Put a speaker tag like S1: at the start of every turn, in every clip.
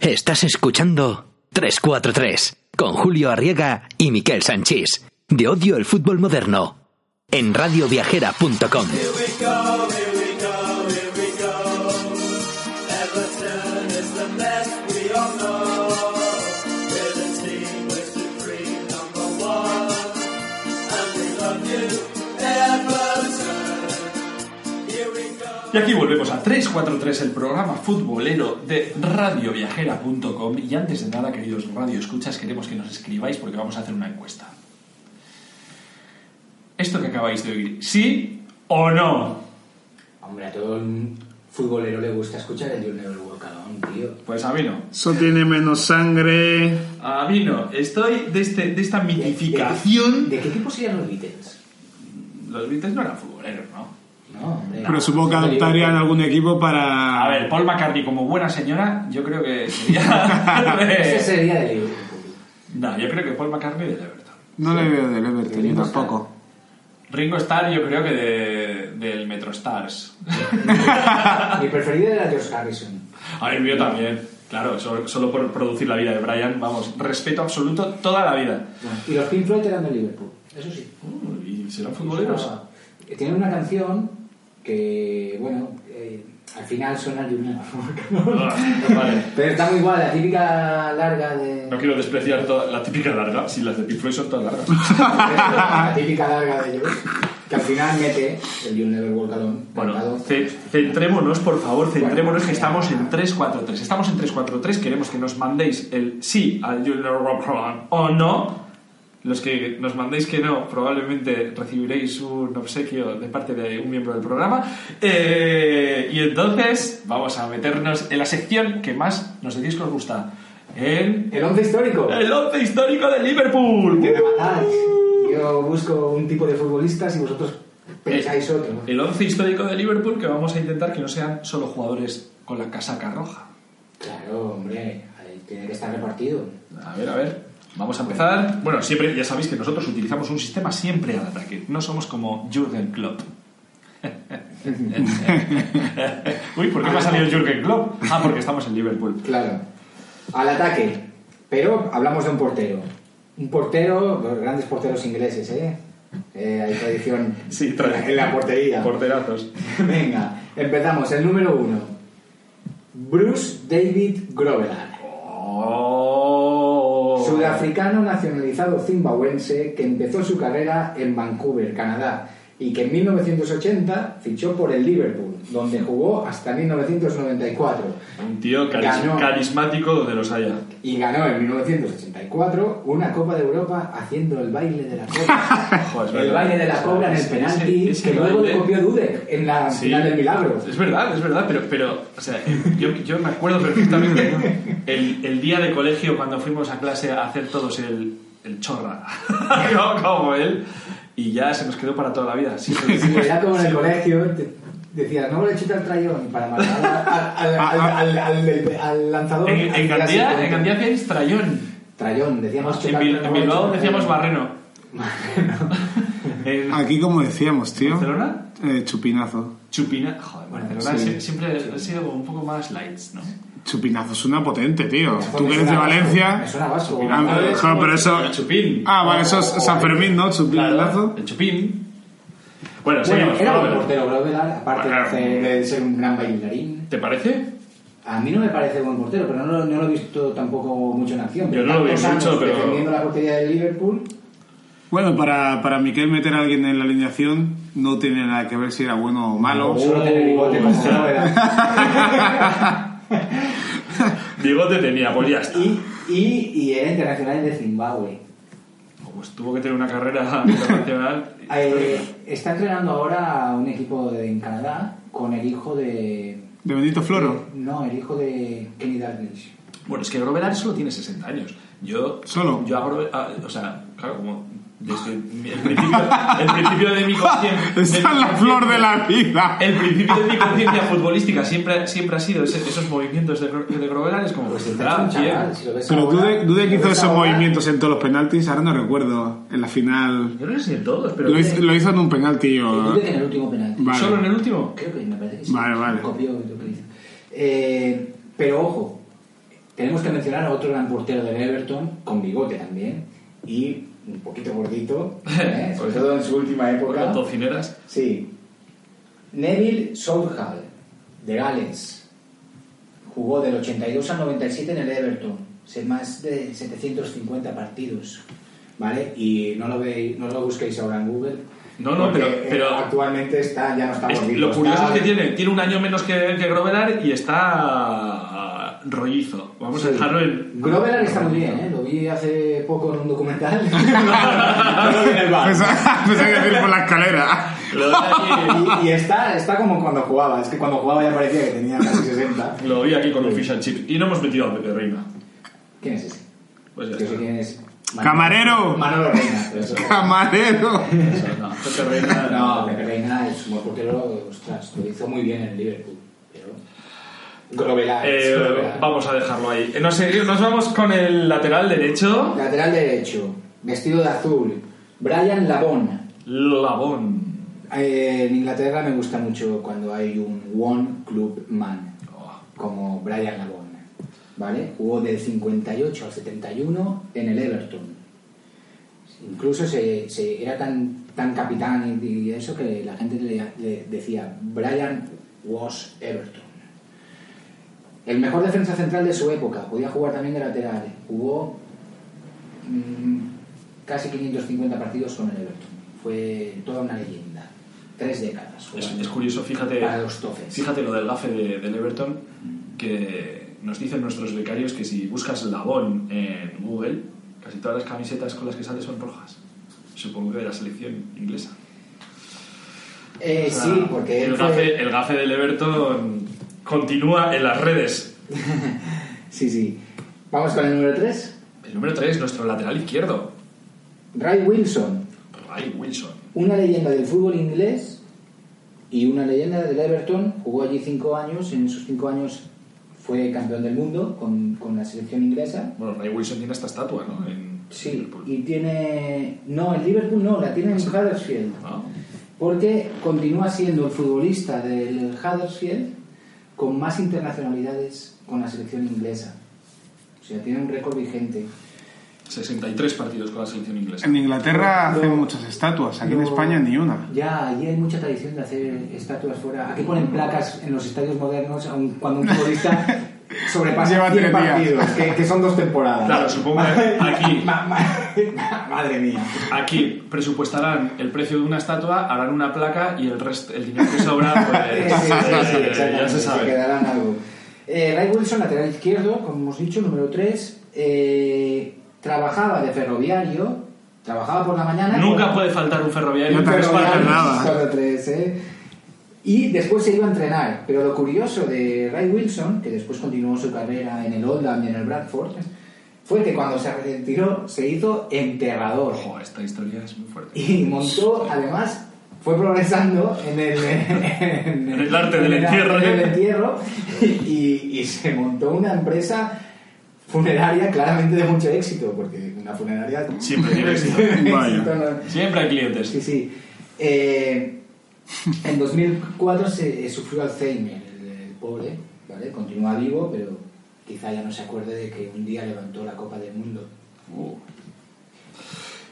S1: Estás escuchando 343 con Julio Arriega y Miquel Sanchís de Odio el Fútbol Moderno en radioviajera.com.
S2: Y aquí volvemos a 343, el programa futbolero de radioviajera.com. Y antes de nada, queridos radioescuchas, queremos que nos escribáis porque vamos a hacer una encuesta. Esto que acabáis de oír, ¿sí o no?
S3: Hombre, a todo un futbolero le gusta escuchar el Junior del Walkalón, tío.
S2: Pues a mí no.
S4: Eso tiene menos sangre.
S2: A mí no. Estoy de, este- de esta mitificación.
S3: ¿De qué equipo serían los Beatles?
S2: Los Beatles no eran futboleros, ¿no?
S3: No, hombre.
S4: Pero supongo que adoptarían algún equipo para.
S2: A ver, Paul McCartney como buena señora, yo creo que sería...
S3: Ese sería de Liverpool.
S2: no, yo creo que Paul McCartney de Everton.
S4: No le veo del Everton, yo tampoco.
S2: Ringo Starr yo creo que de- del Metro Stars.
S3: Mi preferido era George Harrison.
S2: A ver, yo también. Claro, solo, solo por producir la vida de Brian, vamos, respeto absoluto toda la vida.
S3: Y los Pink Floyd eran de Liverpool. Eso sí.
S2: Uh, ¿Y serán futboleros?
S3: Ah, Tienen una canción que, bueno, eh, al final suena de una
S2: Ah, vale.
S3: Pero está muy igual, la típica larga de.
S2: No quiero despreciar toda la típica larga, si las de Pink Floyd son todas largas.
S3: la típica larga de ellos. Que al final mete el You Never Walk Alone.
S2: Bueno,
S3: cantado.
S2: ce- centrémonos, por favor, centrémonos que estamos en 343. Estamos en 343, queremos que nos mandéis el sí al Junior Rock Hall o no. Los que nos mandéis que no, probablemente recibiréis un obsequio de parte de un miembro del programa. Eh, y entonces vamos a meternos en la sección que más nos decís que os gusta. El,
S3: El once histórico.
S2: el once histórico de Liverpool.
S3: Que me matáis. Yo busco un tipo de futbolistas y vosotros pensáis otro.
S2: El once histórico de Liverpool que vamos a intentar que no sean solo jugadores con la casaca roja.
S3: Claro, hombre, ahí tiene que estar repartido.
S2: A ver, a ver. Vamos a empezar. Bueno, siempre, ya sabéis que nosotros utilizamos un sistema siempre al ataque. No somos como Jürgen Klopp. Uy, ¿por qué me ha salido Jürgen Klopp? Ah, porque estamos en Liverpool.
S3: Claro. Al ataque. Pero hablamos de un portero. Un portero, los grandes porteros ingleses, ¿eh? Eh, hay tradición
S2: Sí, trae.
S3: en la portería.
S2: Porterazos.
S3: Venga, empezamos. El número uno. Bruce David Groveland.
S2: Oh.
S3: Sudafricano nacionalizado zimbabuense que empezó su carrera en Vancouver, Canadá, y que en 1980 fichó por el Liverpool, donde jugó hasta 1994.
S2: Un tío caris-
S3: Ganó.
S2: carismático donde los haya.
S3: Y ganó en 1984 una Copa de Europa haciendo el baile de la cobra.
S2: Joder, es
S3: el
S2: verdad.
S3: baile de la cobra en el
S2: Ese-
S3: penalti,
S2: ese- ese
S3: que luego
S2: baile.
S3: le copió Dudek en la
S2: Sí.
S3: final del milagro.
S2: Es verdad, es verdad, pero, pero o sea, eh, yo, yo me acuerdo perfectamente el, el día de colegio cuando fuimos a clase a hacer todos el, el chorra, como, como él, y ya se nos quedó para toda la vida. Sí, sí, sí.
S3: Era como en el colegio, te- decía, no le chute al trayón para matar al, al- al- al- al- al- al lanzador.
S2: En, en
S3: Hacía así,
S2: Gandía,
S3: como-
S2: en Gandía hacíais trayón,
S3: Trayón, decíamos
S2: Ah, en,
S3: chutar,
S2: Bil-
S3: no,
S2: en Bilbao
S3: chutar,
S2: decíamos
S3: no.
S2: barreno, en
S4: Aquí, como decíamos, tío.
S2: Barcelona,
S4: Eh, chupinazo.
S2: chupina, joder, Barcelona
S4: Sí.
S2: sie- siempre ha sido un poco más lights, ¿no?
S4: Chupinazo suena potente, tío.
S3: Joder,
S4: Tú
S3: me
S4: que eres de
S3: suena vasco,
S4: Valencia.
S3: Me suena vasco.
S4: Ah,
S2: Chupinazo
S4: joder, pero eso.
S2: El chupín.
S4: Ah, vale, eso es San Fermín, ¿no? Chupinazo.
S2: Claro, el chupín. Bueno,
S3: Bueno,
S2: seguimos,
S3: era un
S2: Robert.
S3: portero Grovelar, aparte de
S2: Bueno.
S3: ser- de ser un gran bailarín.
S2: ¿Te parece?
S3: A mí no me parece buen portero, pero no, lo- no lo he visto tampoco mucho en acción.
S2: Yo no lo vi
S3: Tantos años
S2: mucho, pero-
S3: Defendiendo la portería del Liverpool,
S4: Bueno, para, para Miquel meter a alguien en la alineación no tiene nada que ver si era bueno o malo.
S3: solo
S2: Oh.
S3: tener bigote como Grovelar.
S2: Bigote tenía, pues ya está.
S3: Y, y, y era internacional de Zimbabue.
S2: Pues tuvo que tener una carrera internacional.
S3: Eh, está entrenando ahora a un equipo de, en Canadá con el hijo de.
S4: ¿De Benito Floro?
S3: No, el hijo de Kenny Dalglish.
S2: Bueno, es que Grovelar solo tiene 60 años. Yo.
S4: ¿Solo?
S2: Yo a Grobe- a- o sea, claro, como. Desde mi- el principio, el principio de mi conciencia.
S4: Está en la flor de la vida.
S2: El principio de mi conciencia futbolística siempre, siempre ha sido ese- esos movimientos de, Gro- de Grovelar. Es como.
S3: Pues
S2: pues,
S3: está
S2: ah,
S3: un chaval,
S2: bien.
S3: si lo ves
S4: Pero
S3: ahora,
S4: Dude, Dude
S3: si
S4: que
S3: lo
S4: hizo
S3: ves
S4: esos
S3: ahora,
S4: movimientos en todos los penaltis, ahora no recuerdo. En la final.
S2: Yo no sé si en todos, pero.
S4: Lo hizo, lo eh. hizo en un penalti
S5: El
S4: o.
S3: Eh,
S5: Dude que en el último penalti.
S4: Vale.
S2: ¿Solo en el último?
S5: Creo que me parece que sí.
S4: Vale, vale.
S5: Copió lo que hizo.
S3: eh, pero ojo, tenemos que mencionar a otro gran portero del Everton, con bigote también, y un poquito gordito,
S4: Pues
S3: ¿eh? sobre todo en su última
S2: Con
S3: época.
S2: las tocineras.
S3: Sí. Neville Southall, de Gales.
S5: Jugó del 82 al 97 en el Everton. Se- Más de 750 partidos.
S3: ¿Vale? Y no lo, veis, no lo busquéis ahora en Google.
S2: No, no,
S3: porque,
S2: pero-
S3: eh,
S2: pero-
S3: actualmente está, ya no está
S2: Es-
S3: gordito.
S2: Eh, lo curioso
S3: está-
S2: es que tiene, tiene un año menos que, que Grovelar y está rollizo. Vamos a
S3: Sí.
S2: dejarlo en.
S3: Grovelar está muy bien, ¿eh? Lo vi hace poco en un documental. No lo vi en el bar.
S2: Pues-
S4: Pensaba pensaba que iba a decir por la escalera.
S2: Lo doy aquí-
S3: Y, y está, está como cuando jugaba. Es que cuando jugaba ya parecía que tenía casi 60.
S2: Lo doy aquí con un fish and chip. Y no hemos metido a Pepe Reina.
S3: ¿Quién es ese?
S2: Pues ya
S3: Yo sé
S2: está.
S3: quién es. Man-
S4: ¡Camarero!
S3: Manolo Reina. pero eso-
S4: ¡Camarero!
S2: Eso, no. Pepe Reina.
S3: No,
S5: No,
S3: Pepe
S5: Pepe Reina es un buen portero, ostras, lo hizo muy bien en el Liverpool. Pero...
S3: Grovelar. es
S2: Eh,
S3: Grovelar.
S2: vamos a dejarlo ahí. Eh, Nos, seguimos- nos vamos con el lateral derecho.
S3: Lateral derecho, vestido de azul, Brian Labón.
S2: Labón.
S3: Eh, en Inglaterra me gusta mucho cuando hay un One Club Man, como Brian Labón. ¿Vale? Jugó del 58 al 71 en el Everton. Incluso se, se- era tan, tan capitán y, y eso que la gente le, le decía Brian was Everton. El mejor defensa central de su época, podía jugar también de lateral. Jugó mm, casi 550 partidos con el Everton. Fue toda una leyenda. Tres décadas.
S2: Es,
S3: jugando
S2: es curioso, fíjate.
S3: Para los tofes.
S2: Fíjate lo del gafe de- del Everton, que nos dicen nuestros becarios que si buscas Labón en Google, casi todas las camisetas con las que sale son rojas. Supongo que de la selección inglesa.
S3: Eh,
S2: O sea,
S3: sí, porque
S2: el
S3: él fue-
S2: gafe, el gafe del Everton continúa en las redes.
S3: Sí, sí. Vamos con el número 3.
S2: El número 3, nuestro lateral izquierdo,
S3: Ray Wilson,
S2: Ray Wilson.
S3: una leyenda del fútbol inglés y una leyenda del Everton. Jugó allí cinco años. En esos cinco años fue campeón del mundo con, con la selección inglesa.
S2: Bueno, Ray Wilson tiene esta estatua, ¿no? En
S3: Sí,
S2: Liverpool.
S3: y tiene... No, en Liverpool no, la tiene en Huddersfield.
S2: Ah.
S3: Porque continúa siendo el futbolista del Huddersfield con más internacionalidades con la selección inglesa. O sea, tiene un récord vigente.
S2: 63 partidos con la selección inglesa.
S4: En Inglaterra
S3: No.
S4: hacen muchas estatuas, aquí en
S3: No.
S4: España ni una.
S3: Ya, allí hay mucha tradición de hacer estatuas fuera. Aquí ponen placas en los estadios modernos aun cuando un futbolista sobrepasa
S4: Lleva
S3: 100
S4: tres días.
S3: partidos, que, que son dos temporadas.
S2: Claro, supongo que aquí-
S3: Ma- ma- madre mía.
S2: Aquí presupuestarán el precio de una estatua, harán una placa y el resto, el dinero que sobra,
S3: Eh,
S2: pues
S3: sí, sí, sí,
S2: eh, ya se
S3: exactamente, se
S2: sabe.
S3: quedarán algo. Eh, Ray Wilson, lateral izquierdo, como hemos dicho, número 3. trabajaba de ferroviario, trabajaba por la mañana.
S2: Nunca puede faltar un ferroviario.
S4: No te
S2: en
S4: ves
S2: España.
S4: para nada.
S3: Cuatro, tres, ¿eh? Y después se iba a entrenar. Pero lo curioso de Ray Wilson, que después continuó su carrera en el Oldham y en el Bradford, fue que cuando se retiró se hizo enterrador.
S2: Ojo, esta historia es muy fuerte.
S3: Y montó, además, fue progresando en el, en
S2: En el arte del
S3: en el-
S2: entierro,
S3: en el
S2: ¿eh?
S3: entierro, y, y se montó una empresa funeraria claramente de mucho éxito, porque una funeraria
S2: Siempre tiene éxito.
S4: Vaya.
S3: no-
S2: Siempre hay clientes.
S3: Sí, sí. Eh, en 2004 se eh, sufrió Alzheimer, el, el pobre, ¿vale? Continúa vivo, pero quizá ya no se acuerde de que un día levantó la Copa del Mundo.
S2: Uh,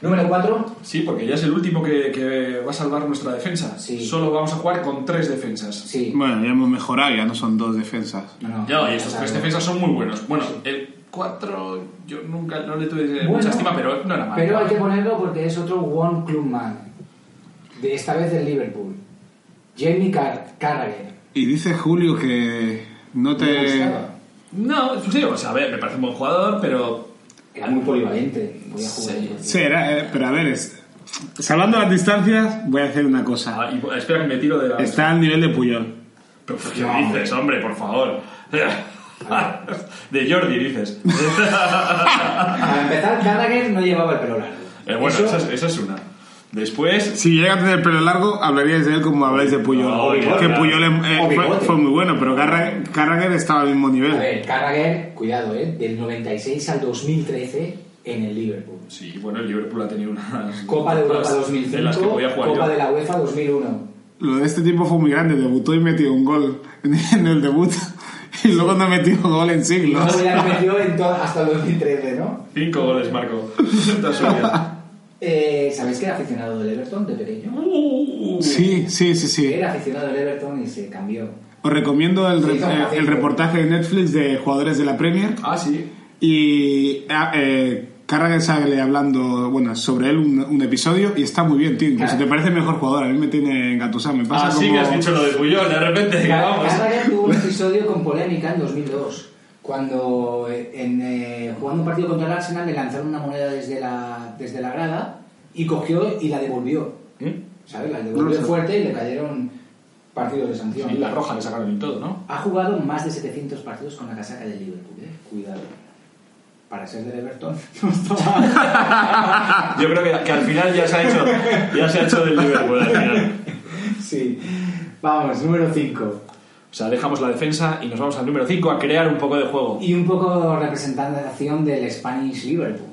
S3: Número 4.
S2: Sí, porque ya es el último que, que va a salvar nuestra defensa.
S3: Sí.
S2: Solo vamos a jugar con tres defensas.
S3: Sí.
S4: Bueno, ya hemos mejorado, ya no son dos defensas.
S3: No, no,
S2: Ya, y estos
S3: ya
S2: tres
S3: sabe.
S2: defensas son muy buenos. Bueno, el cuatro yo nunca no le tuve
S3: Bueno,
S2: mucha estima, pero no era malo.
S3: Pero hay que ponerlo porque es otro One Club Man. De esta vez del Liverpool. Jamie Car- Carragher.
S4: Y dice Julio que no
S3: ¿Le
S4: te...
S3: gustaba?
S2: No, pues sí, o sea, a ver, me parece un buen jugador, pero
S3: Era muy polivalente. Podía jugar en cualquier-
S4: Sí, era, eh, pero a ver, es- salvando las distancias, voy a hacer una cosa.
S2: Ah, y, espera que me tiro de la.
S4: Está al nivel de Puyol.
S2: Pero, ¿Qué dices, hombre, por favor?
S3: A
S2: De Jordi, dices.
S3: Para empezar, Gallagher no llevaba el pelo largo.
S2: Eh, bueno,
S3: Eso-
S2: esa es, esa es una. Después,
S4: Si llega a tener el pelo largo, hablaríais de él como habláis de Puyol.
S2: Oh, bigote.
S4: que Puyol eh,
S3: O
S4: fue,
S3: bigote.
S4: fue muy bueno, pero Carragher Carragher estaba al mismo
S3: A
S4: nivel.
S3: ver, Carragher, cuidado, ¿eh? Del 96 al 2013 en el Liverpool.
S2: sí, bueno, el Liverpool ha tenido unas.
S3: Copa de Europa
S2: unas De las que
S3: 2005,
S2: podía jugar
S3: Copa
S2: yo.
S3: de la UEFA 2001.
S4: Lo de este tipo fue muy grande, debutó y metió un gol en, en el debut. Y luego no metió gol en
S3: No
S4: siglos.
S3: ya lo metió en to- hasta el 2013, ¿no?
S2: Cinco goles, Marco. Te has olvidado.
S3: Eh, ¿Sabéis que era aficionado del Everton de pequeño?
S2: Uh,
S4: Sí, sí, sí, sí.
S3: Era aficionado del Everton y se cambió.
S4: Os recomiendo el, re-
S3: Sí, son
S4: eh, el
S3: fáciles.
S4: reportaje de Netflix de jugadores de la Premier
S2: Ah, sí.
S4: y ah, eh, Carragher sale hablando bueno, sobre él un, un episodio y está muy bien, tío. Incluso
S3: Claro.
S4: te parece mejor jugador. A mí me tiene engatusado. Me pasa
S2: Ah, sí,
S4: como...
S2: que has dicho lo de Puyol, de repente. que
S3: Car-
S2: Vamos.
S3: Carragher tuvo un episodio con polémica en 2002, cuando eh, en, eh, jugando un partido contra el Arsenal le lanzaron una moneda desde la, desde la grada y cogió y la devolvió.
S2: ¿Mm?
S3: ¿Sabes? La devolvió
S4: No sé.
S3: fuerte y le cayeron partidos de sanción.
S2: Y la roja le sacaron y todo, ¿no?
S3: Ha jugado más de 700 partidos con la casaca del Liverpool, ¿eh? Cuidado. Para ser del Everton, no está mal.
S2: Yo creo que, que al final ya se ha hecho, ya se ha hecho del Liverpool al final.
S3: Sí. Vamos, número 5.
S2: O sea, dejamos la defensa y nos vamos al número 5 a crear un poco de juego.
S3: Y un poco representación del Spanish Liverpool.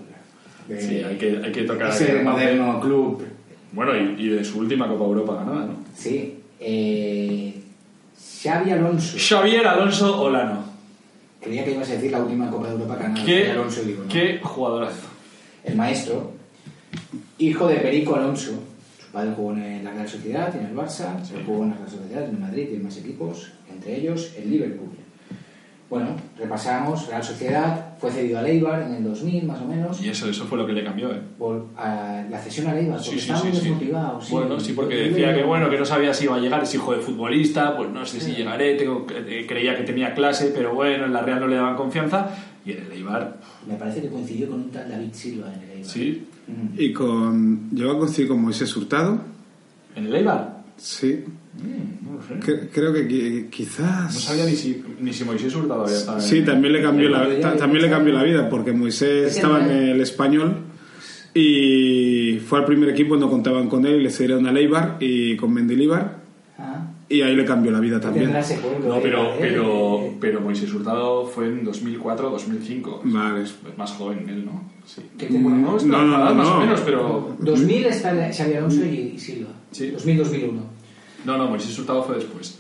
S3: De-
S2: Sí, Eh, hay que, hay que tocar.
S3: Ese
S2: aquel papel.
S3: moderno club.
S2: Bueno, y, y de su última Copa Europa ganada, ¿no?
S3: Sí. Eh, Xavi Alonso.
S2: Xavier Alonso Olano.
S3: Creía que ibas a decir la última Copa de Europa que ha ganado Xabi
S2: ¿Qué,
S3: Ah, Alonso. y Digo, no.
S2: qué jugadorazo.
S3: El maestro. Hijo de Perico Alonso. Su padre jugó en la Real Sociedad y en el Barça. Se jugó en la Real Sociedad, en el Madrid y en más equipos. Entre ellos, el Liverpool. Bueno, repasamos. Real Sociedad fue cedido a Leibar en el 2000, más o menos.
S2: Y eso, eso fue lo que le cambió, ¿eh?
S3: Vol- a la cesión a Leibar, Ah, porque
S2: Sí, sí,
S3: estaba
S2: sí,
S3: muy
S2: sí.
S3: desmotivado. sí.
S2: Bueno, sí, porque decía que bueno, que no sabía si iba a llegar, es hijo de futbolista, pues no sé si llegaré, tengo, eh, creía que tenía clase, pero bueno, en la Real no le daban confianza. Y en el Eibar,
S3: Me parece que coincidió con un tal David Silva en el Eibar.
S2: sí.
S3: Mm.
S4: Y con... Llegó a coincidir con Moisés Hurtado.
S2: ¿En el Eibar?
S4: Sí.
S2: Mm, no lo sé.
S4: Cre- creo que qui- quizás...
S2: No sabía ni si, ni si Moisés Hurtado había estado en-
S4: Sí, también le cambió la, ta- también le cambió la vida porque Moisés estaba en el español y fue al primer equipo, no contaban con él y le cedieron a Leibar y con Mendilibar
S3: Ah,
S4: y ahí le cambió la vida también.
S3: tendrá secuelo,
S2: No, pero,
S3: Eibar, ¿eh?
S2: pero, pero Moisés Hurtado fue en 2004-2005.
S4: Vale.
S2: Más joven él, ¿no? Sí.
S3: ¿Qué temporada?
S2: No, está
S4: No, no, no,
S2: más o
S4: no.
S2: menos, pero...
S3: 2000 está Xavi Alonso y Silva.
S2: Sí.
S3: 2000-2001.
S2: No, no, Moisés Hurtado fue después.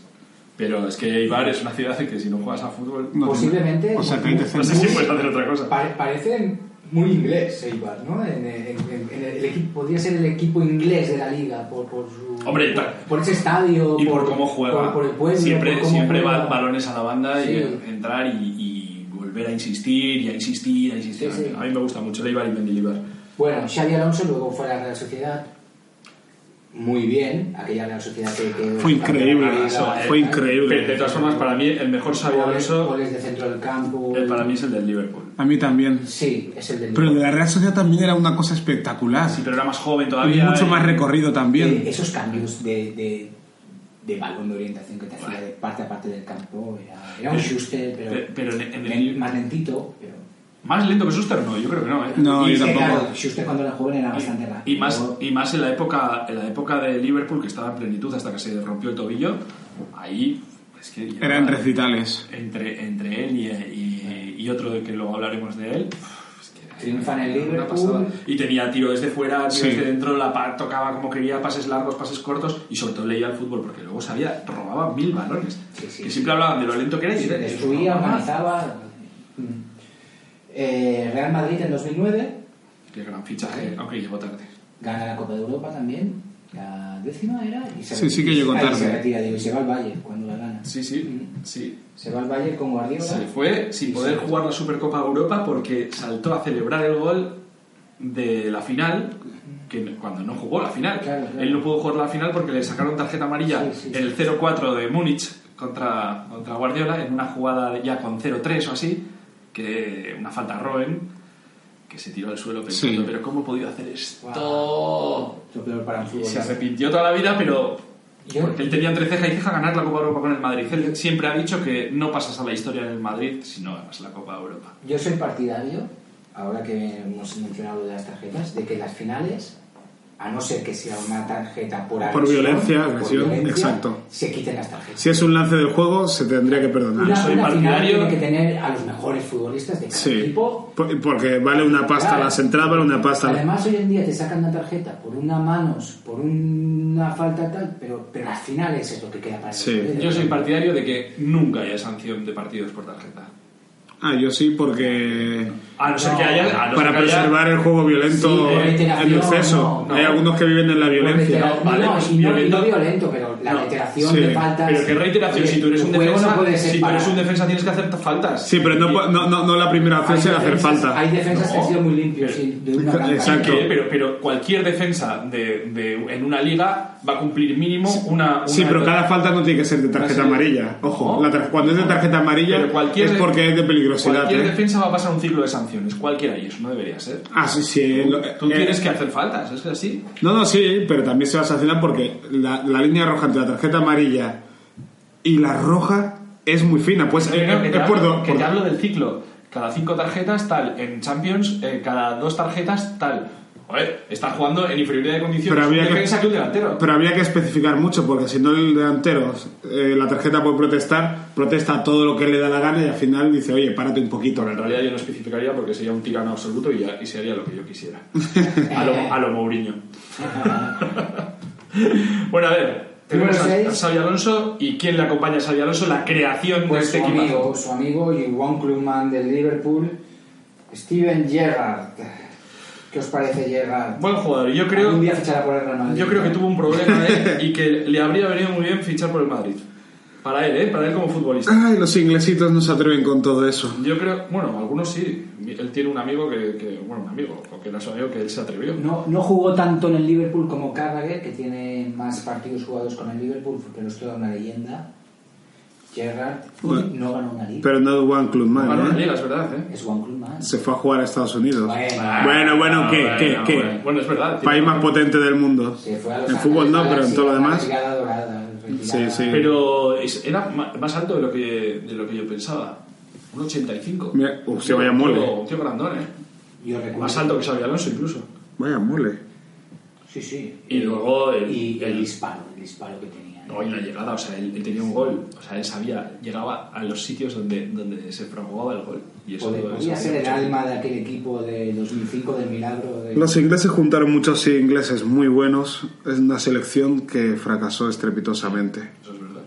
S2: Pero es que Eibar es una ciudad en que si no juegas a fútbol... No,
S4: No,
S3: Posiblemente.
S4: O sea, que hay
S2: sé
S4: defensa.
S2: si puedes hacer otra cosa.
S3: Pare- parecen muy inglés, Eibar, ¿no? En, en- en- en el equipo, podría ser el equipo inglés de la liga por, por su.
S2: Hombre, y
S3: por,
S2: tal.
S3: por ese estadio.
S2: Y por cómo juega.
S3: Por, por el pueblo.
S2: siempre
S3: por cómo
S2: siempre
S3: juega.
S2: va balones a la banda y
S3: Sí.
S2: entrar y, y volver a insistir y a insistir, a insistir.
S3: Sí, sí.
S2: A mí me gusta mucho el Eibar y Mendilibar.
S3: Bueno, Xavi Alonso luego fue a la Real Sociedad. Muy bien, aquella Real Sociedad que. que-
S4: Fue increíble,
S3: que-
S4: eso,
S3: que-
S2: Pero
S4: fue
S2: Ah, eh, de
S4: increíble.
S2: todas formas, para mí el mejor Xavi
S3: Goles,
S2: Alonso
S3: goles de centro del campo.
S2: eh, para mí es el del Liverpool.
S4: A mí también.
S3: Sí, es el del.
S4: Pero de la Real Sociedad también era una cosa espectacular.
S2: Sí, pero era más joven
S4: Y
S2: todavía.
S4: mucho
S2: y-
S4: más recorrido
S3: Eh,
S4: también.
S3: esos cambios de, de, de balón de orientación que te hacía de parte a parte del campo era, era un
S2: Eh,
S3: Schuster, pero,
S2: eh, pero en- en
S3: len-
S2: el-
S3: más lentito. Pero,
S2: Más lento que Schuster, no, yo creo que no, ¿eh?
S4: No,
S3: y
S4: yo
S3: es que,
S4: tampoco.
S3: claro, Schuster cuando era joven era bastante rápido.
S2: Y más, y más en la época en la época de Liverpool, que estaba en plenitud hasta que se rompió el tobillo, ahí es que ya-
S4: Eran recitales.
S2: entre, entre él y, y- y otro de que luego hablaremos de él. es que era
S3: Triunfa en el
S2: una
S3: Liverpool.
S2: pasada. Y tenía tiro desde fuera, tiro
S4: Sí.
S2: desde dentro, la pa- tocaba como quería, pases largos, pases cortos y sobre todo leía el fútbol porque luego sabía, robaba mil balones.
S3: Sí, sí.
S2: Que siempre hablaban de lo lento que era y
S3: Sí,
S2: era-
S3: destruía,
S2: robaba.
S3: organizaba. Mm. Eh, Real Madrid en 2009
S2: Qué gran fichaje, aunque llegó tarde.
S3: gana la Copa de Europa también. La décima era y se
S4: Sí, sí que llegó
S3: Ah, y
S4: tarde.
S3: se retira, digo, y se va al Valle cuando la gana.
S2: Sí, sí,
S3: Mm.
S2: sí.
S3: Se va al Valle con Guardiola.
S2: Se fue sin poder jugar la Supercopa Europa porque saltó a celebrar el gol de la final, que no- cuando no jugó la final.
S3: Claro, claro.
S2: Él no pudo jugar la final porque le sacaron tarjeta amarilla
S3: Sí, sí,
S2: en el 0-4 de Múnich contra, contra Guardiola en una jugada ya con 0-3 o así, que una falta a Roen que se tiró al suelo pensando,
S4: Sí.
S2: pero ¿cómo he podido hacer esto?
S3: Guau. Lo peor para un
S2: Y se
S3: futbolista.
S2: arrepintió toda la vida, pero
S3: Yo-
S2: Porque él tenía entre ceja y ceja ganar la Copa Europa con el Madrid. Él siempre ha dicho que no pasas a la historia del Madrid si no ganas la Copa Europa.
S3: Yo soy partidario, ahora que hemos mencionado de las tarjetas, de que las finales, a no ser que sea una tarjeta por agresión,
S4: violencia,
S3: por
S4: agresión,
S3: violencia,
S4: exacto.
S3: se quiten las tarjetas.
S4: Si es un lance del juego, se tendría que
S3: Una,
S4: perdonar.
S2: soy
S3: una final
S2: partidario-
S3: tiene que tener a los mejores futbolistas de cada
S4: Sí.
S3: equipo.
S4: Por- Porque vale una pasta
S3: Claro.
S4: las entradas, vale una pasta. la-
S3: Además, hoy en día te sacan una tarjeta por una manos, por una falta tal, pero, pero las finales es lo que queda para el
S4: Sí.
S3: futbolista.
S2: Yo soy partidario de que nunca haya sanción de partidos por tarjeta.
S4: Ah, yo sí, porque.
S2: A no ser que haya. a no
S4: Para
S2: ser que haya-
S4: preservar el juego violento
S3: Sí, pero
S4: en
S3: iteración,
S4: exceso.
S3: no,
S4: Hay
S2: no.
S4: algunos que viven en la
S3: Por
S4: violencia.
S3: reiterar-
S2: No, vale,
S3: no,
S2: pues
S3: y no, y
S2: violento.
S3: no violento, pero la
S2: No,
S3: reiteración
S4: sí,
S3: de faltas.
S2: Pero que reiteración,
S3: Oye,
S2: si tú eres
S3: tu
S2: un
S3: juego
S2: defensa, pues,
S3: no puede ser
S2: si tú eres
S3: para-
S2: un defensa tienes que hacer faltas.
S4: Sí, pero no,
S2: Y-
S4: no, no, no la primera
S3: Hay
S4: opción sin hacer
S3: defensas-
S4: falta.
S3: Hay defensas que han
S2: No.
S3: sido muy limpios, sí, de una gran
S4: Exacto.
S2: ¿Qué? Pero, pero cualquier defensa de, de- en una liga va a cumplir mínimo una.
S4: Sí,
S2: una-
S4: pero cada falta no tiene que ser de tarjeta
S2: Así.
S4: amarilla. Ojo,
S2: No.
S4: la tar- cuando es de tarjeta amarilla
S2: Pero cualquier
S4: es
S2: de-
S4: porque es de peligrosidad.
S2: Cualquier
S4: ¿eh?
S2: defensa va a pasar un ciclo de sanciones, cualquiera y eso no debería ser.
S4: Ah, sí, sí. lo-
S2: Tú
S4: eh,
S2: tienes que hacer faltas, es que así.
S4: No, no, sí, pero también se va a sancionar porque la, la línea roja entre la tarjeta amarilla y la roja es muy fina. Pues eh,
S2: Pero
S4: eh,
S2: que, te
S4: es por
S2: hablo,
S4: do-
S2: que
S4: por-
S2: te hablo del ciclo. Cada cinco tarjetas tal, en Champions eh, cada dos tarjetas tal. Joder, está jugando en inferioridad de condiciones.
S4: Pero había
S2: un
S4: que-
S2: defensa que un delantero.
S4: Pero habría que especificar mucho porque si no el delantero, eh, la tarjeta puede protestar, protesta todo lo que le da la gana y al final dice, oye, párate un poquito.
S2: Bueno, en realidad yo no especificaría porque sería un tirano absoluto y, ya- y se haría lo que yo quisiera. A lo, a lo Mourinho. bueno, a ver. Tenemos a,
S3: Número
S2: a
S3: seis.
S2: Xabi Alonso y quién le acompaña a Xabi Alonso, la creación
S3: Pues
S2: de
S3: su
S2: este equipo.
S3: amigo, su amigo y one clubman del Liverpool, Steven Gerrard. ¿Qué os parece Gerrard?
S2: Buen jugador, yo creo,
S3: Un día fichará por el Real Madrid.
S2: yo creo que tuvo un problema ¿eh? y que le habría venido muy bien fichar por el Madrid. Para él, ¿eh? para él como futbolista.
S4: Ay, los inglesitos no se atreven con todo eso.
S2: Yo creo, bueno, algunos sí. Él tiene un amigo que, que- bueno, un amigo, o que era su amigo que él se atrevió.
S3: No, no jugó tanto en el Liverpool como Carragher, que tiene más partidos jugados con el Liverpool, porque no es toda una leyenda. Gerrard
S4: Bueno.
S3: no ganó una liga.
S4: Pero no es One Club Man,
S2: Ganó
S4: ¿eh?
S2: una liga, es verdad, ¿eh?
S3: Es one clubman.
S4: Se fue a jugar a Estados Unidos.
S3: Bueno.
S4: Bueno, bueno, ¿qué?
S2: Ah,
S4: ¿Qué?
S2: bueno,
S4: ¿Qué?
S2: Bueno, Bueno, es verdad. tío.
S4: País más potente del mundo.
S3: Se fue a Los
S4: en fútbol no,
S3: Ángeles
S4: pero en
S3: Galaxy,
S4: todo lo
S3: a la
S4: demás.
S3: Brigada Dorada, retirada.
S4: Sí, sí.
S2: Pero es- era ma- más alto de lo que, de lo que yo pensaba. Un 85.
S4: Mira, uf, se vaya
S2: Un tío-
S4: mole.
S2: Un tío grandón, ¿eh?
S3: Yo recuerdo.
S2: Más alto que Xabi Alonso incluso.
S4: Vaya mole.
S3: Sí, sí.
S2: Y luego el-
S3: y el
S2: el-
S3: disparo, el disparo que tenía.
S2: No, y la llegada, o sea, él, él tenía un gol. O sea, él sabía, llegaba a los sitios donde, donde se fraguaba el gol. Y eso
S3: Podría,
S2: eso
S3: podría
S2: hacía
S3: ser el
S2: mucho.
S3: alma de aquel equipo de 2005 del milagro de...
S4: Los ingleses juntaron muchos ingleses muy buenos. Es una selección que fracasó estrepitosamente.
S2: Eso es verdad.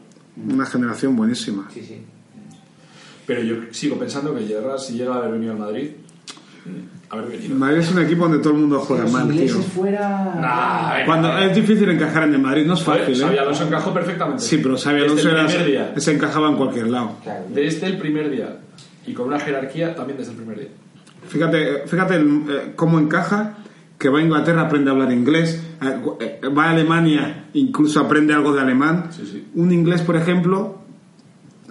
S4: Una generación buenísima.
S3: Sí, sí.
S2: Pero yo sigo pensando que Gerrard, si llega a haber venido al Madrid, mm, haber venido.
S4: Madrid es un equipo donde todo el mundo juega
S3: Los
S4: mal, tío.
S3: ingleses fuera...
S2: Nah, eh.
S4: Cuando es difícil encajar en el Madrid, no es
S2: Joder,
S4: fácil,
S2: Xabi
S4: ¿eh?
S2: Alonso encajó perfectamente.
S4: Sí, pero Xabi
S2: Desde
S4: Alonso
S2: el
S4: era-
S2: primer día.
S4: se encajaba en cualquier lado.
S3: Claro.
S2: Desde el primer día. Y con una jerarquía también desde el primer día.
S4: Fíjate, fíjate el, eh, cómo encaja que va a Inglaterra, aprende a hablar inglés, eh, eh, va a Alemania, incluso aprende algo de alemán.
S2: Sí, sí.
S4: Un inglés, por ejemplo,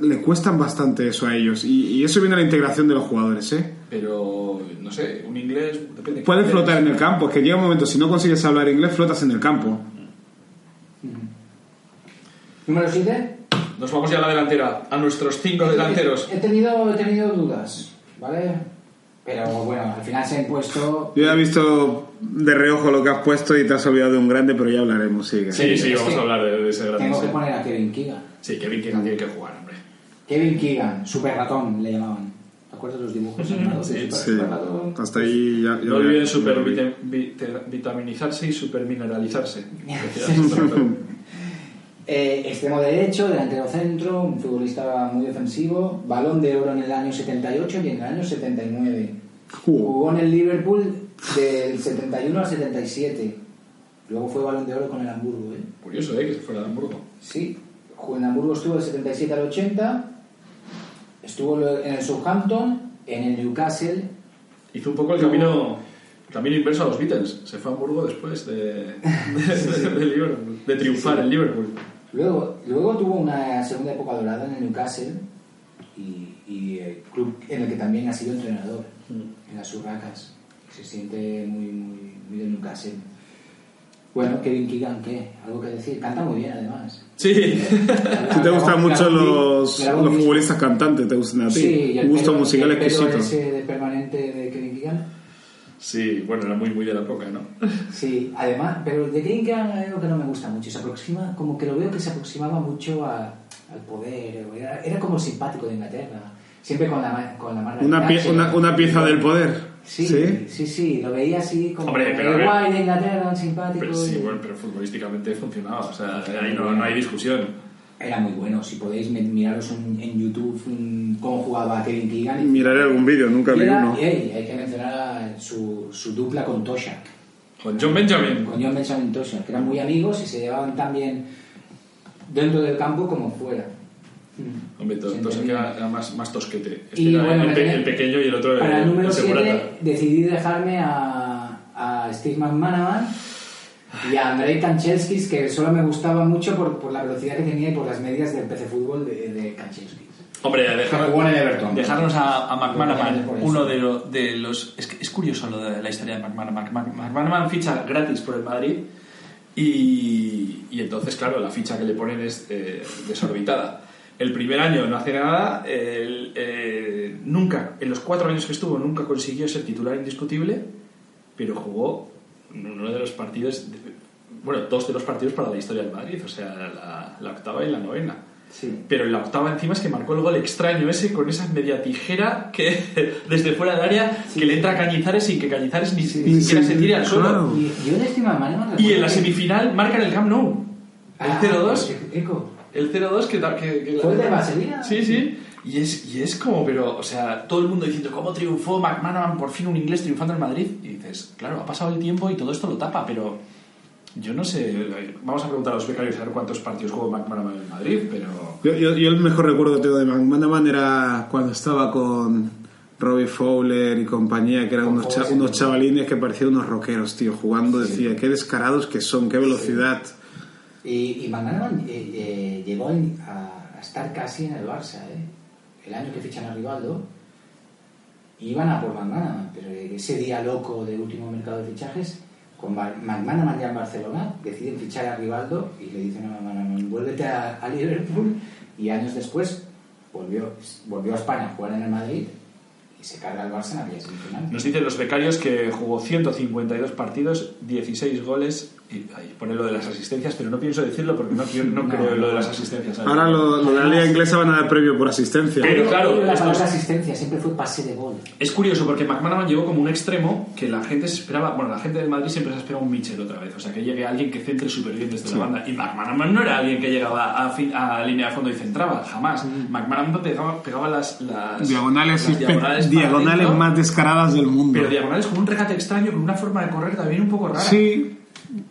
S4: le cuestan bastante eso a ellos. Y, y eso viene a la integración de los jugadores, ¿eh?
S2: Pero, no sé, un inglés, depende. de
S4: Puedes
S2: qué
S4: flotar en
S2: inglés.
S4: el campo, es que llega un momento, si no consigues hablar inglés, flotas en el campo.
S3: Número 7.
S2: Nos vamos ya a la delantera, a nuestros cinco delanteros.
S3: He tenido, he tenido dudas, ¿vale? Pero bueno, al final se han puesto...
S4: Yo ya he visto de reojo lo que has puesto y te has olvidado de un grande, pero ya hablaremos, sigue.
S2: Sí, sí,
S3: es
S2: vamos
S3: que
S2: a hablar de, de ese gran
S3: Tengo que poner a Kevin Keegan.
S2: Sí, Kevin Keegan tiene que jugar, hombre.
S3: Kevin Keegan, super ratón le llamaban. ¿Te acuerdas de los dibujos animados? de
S2: Sí,
S4: Sí,
S3: Super Ratón?
S4: hasta ahí ya... ya
S2: No
S4: me-
S2: olviden supervitaminizarse y supermineralizarse.
S3: Eh, extremo derecho, delantero centro, un futbolista muy defensivo, balón de oro en el año 78 y en el año 79.
S4: Uh,
S3: Jugó en el Liverpool del 71 al 77. Luego fue balón de oro con el Hamburgo. ¿eh?
S2: Curioso, ¿eh? Que se fuera de Hamburgo.
S3: Sí, jugó en Hamburgo estuvo del 77 al 80, estuvo lo- en el Southampton, en el Newcastle.
S2: Hizo un poco el camino, el camino inverso a los Beatles. Se fue a Hamburgo después de, de, de Liverpool, de triunfar en Liverpool.
S3: Luego, luego tuvo una segunda época dorada en el Newcastle y, y el club en el que también ha sido entrenador, en las Urracas. Se siente muy, muy, muy del Newcastle. Bueno, Kevin Keegan, ¿qué? Algo que decir. Canta muy bien, además.
S2: Sí.
S4: Si te gustan mucho los,
S3: Grabó
S4: los
S3: un disco.
S4: futbolistas cantantes, te gustan a ti.
S3: Sí, y el
S4: gusto
S3: pelo-
S4: musical
S3: y el pelo
S4: exquisito.
S3: ese de permanente de Kevin Keegan.
S2: Sí, bueno, era muy, muy de la época, ¿no?
S3: Sí, además, pero el de Kevin Keegan es algo que no me gusta mucho. Se aproxima, como que lo veo que se aproximaba mucho a- al poder. o Era, era como el simpático de Inglaterra. Siempre con la, ma- con la mano.
S4: Una, pie- una, una pieza del poder.
S3: Sí,
S4: ¿Sí?
S3: sí, sí, lo veía así como
S2: Hombre, pero a
S3: el
S2: ver.
S3: guay de Inglaterra, el simpático.
S2: Pero sí,
S3: y-
S2: bueno, pero futbolísticamente funcionaba. O sea, ahí no, no hay discusión.
S3: Era muy bueno, si podéis me- miraros un- en YouTube un- cómo jugaba Kevin Keegan. y-
S4: Miraré algún vídeo, nunca
S3: y
S4: vi
S3: era-
S4: uno.
S3: y hay- hay que mencionar a su, su dupla con Tosha,
S2: Con John Benjamin.
S3: con John Benjamin Tosha, que eran muy amigos y se llevaban tan bien dentro del campo como fuera.
S2: Hombre, to-
S3: Se
S2: entonces
S3: entendía.
S2: era, era más, más tosquete. Este
S3: Y
S2: era
S3: bueno,
S2: el,
S3: me
S2: pe-
S3: quedé-
S2: el pequeño y el otro
S3: Para el número
S2: segurata.
S3: 7 decidí dejarme a, a Steve McManaman y a Andrei Kanchelskis, que solo me gustaba mucho por, por la velocidad que tenía y por las medias del PC Fútbol de, de Kanchelskis.
S2: Hombre,
S3: Que
S2: dejar,
S3: jugó en el Everton.
S2: dejarnos a, a
S3: Dejarnos
S2: McManaman,
S3: por eso.
S2: uno de, lo- de los... Es, que es curioso lo de la historia de McManaman. Mac- McManaman ficha gratis por el Madrid y, y entonces, claro, la ficha que le ponen es eh, desorbitada. El primer año no hace nada, el- eh, nunca, en los cuatro años que estuvo, nunca consiguió ser titular indiscutible, pero jugó en uno de los partidos, de- bueno, dos de los partidos para la historia del Madrid, o sea, la- la octava y la novena.
S3: Sí.
S2: Pero en la octava encima es que marcó el gol extraño ese con esa media tijera que desde fuera del área que le entra a Cañizares sin que Cañizares ni, ni
S4: Ni
S2: siquiera se
S4: se-
S2: tire al suelo.
S4: claro.
S3: Y yo de Steve McManaman...
S2: Y en
S3: recuerdo
S2: la
S3: que-
S2: semifinal marcan el Camp Nou. El
S3: Ah,
S2: 0-2.
S3: Eco.
S2: El 0-2 que, da- que, que la-
S3: ¿Fue el de Basilea?
S2: Sí, sí. Y es, y es como, pero, o sea, todo el mundo diciendo cómo triunfó McManaman, por fin un inglés triunfando en Madrid. Y dices, claro, ha pasado el tiempo y todo esto lo tapa, pero yo no sé. Vamos a preguntar a los becarios a ver cuántos partidos jugó McManaman en Madrid, pero.
S4: Yo, yo- yo el mejor recuerdo que tengo de McManaman era cuando estaba con Robbie Fowler y compañía, que eran unos, cha- unos chavalines que parecían unos rockeros, tío, jugando. Decía, qué descarados que son, qué velocidad.
S3: Y, y McManaman eh, eh, llegó en- a, a estar casi en el Barça, ¿eh? El año que fichan a Rivaldo, iban a por McManaman, pero ese día loco de último mercado de fichajes, con Bar- McManaman ya en Barcelona, deciden fichar a Rivaldo y le dicen a McManaman, vuélvete a, a Liverpool, y años después volvió, volvió a España a jugar en el Madrid y se carga el Barça en aquella semifinal.
S2: Nos dicen los becarios que jugó 152 partidos, 16 goles. Y ahí pone lo de las asistencias, pero no pienso decirlo porque no, quiero- no creo en lo de las asistencias.
S4: Ahora lo, lo de la liga inglesa van a dar premio por asistencia.
S2: Pero claro,
S3: la
S2: esto
S3: palabra
S2: es-
S3: asistencia siempre fue pase de gol.
S2: Es curioso porque McManaman llegó como un extremo que la gente se esperaba. Bueno, la gente del Madrid siempre se espera un Mitchell otra vez. O sea, que llegue alguien que centre súper bien desde la banda. Y McManaman no era alguien que llegaba a, fin- a línea de fondo y centraba, jamás. McManaman pegaba, pegaba las, las-
S4: Mm. Diagonales,
S2: las
S4: y-
S2: diagonales para
S4: diagonales
S2: adentro,
S4: más descaradas del mundo.
S2: Pero diagonales con un regate extraño, con una forma de correr también un poco rara.
S4: Sí,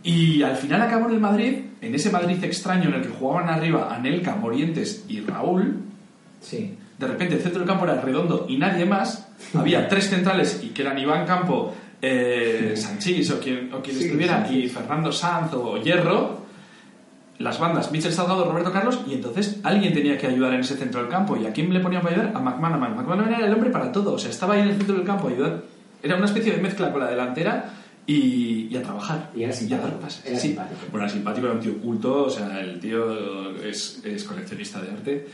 S2: Y al final acabó en el Madrid, en ese Madrid extraño en el que jugaban arriba Anelka, Morientes y Raúl.
S3: Sí.
S2: De repente el centro del campo era redondo y nadie más. Había tres centrales y que eran Iván Campo, eh, Sanchís o quien, o quien estuviera, y Fernando Sanz o Hierro. Las bandas, Michel Salgado, Roberto Carlos, y entonces alguien tenía que ayudar en ese centro del campo. ¿Y a quién le ponían para ayudar? A McManaman. McManaman era el hombre para todo. O sea, estaba ahí en el centro del campo a ayudar. Era una especie de mezcla con la delantera y, y a trabajar.
S3: Y era
S2: a dar
S3: simpático,
S2: pases.
S3: era
S2: Sí.
S3: simpático.
S2: Bueno, era simpático, era un tío culto, o sea, el tío es, es coleccionista de arte.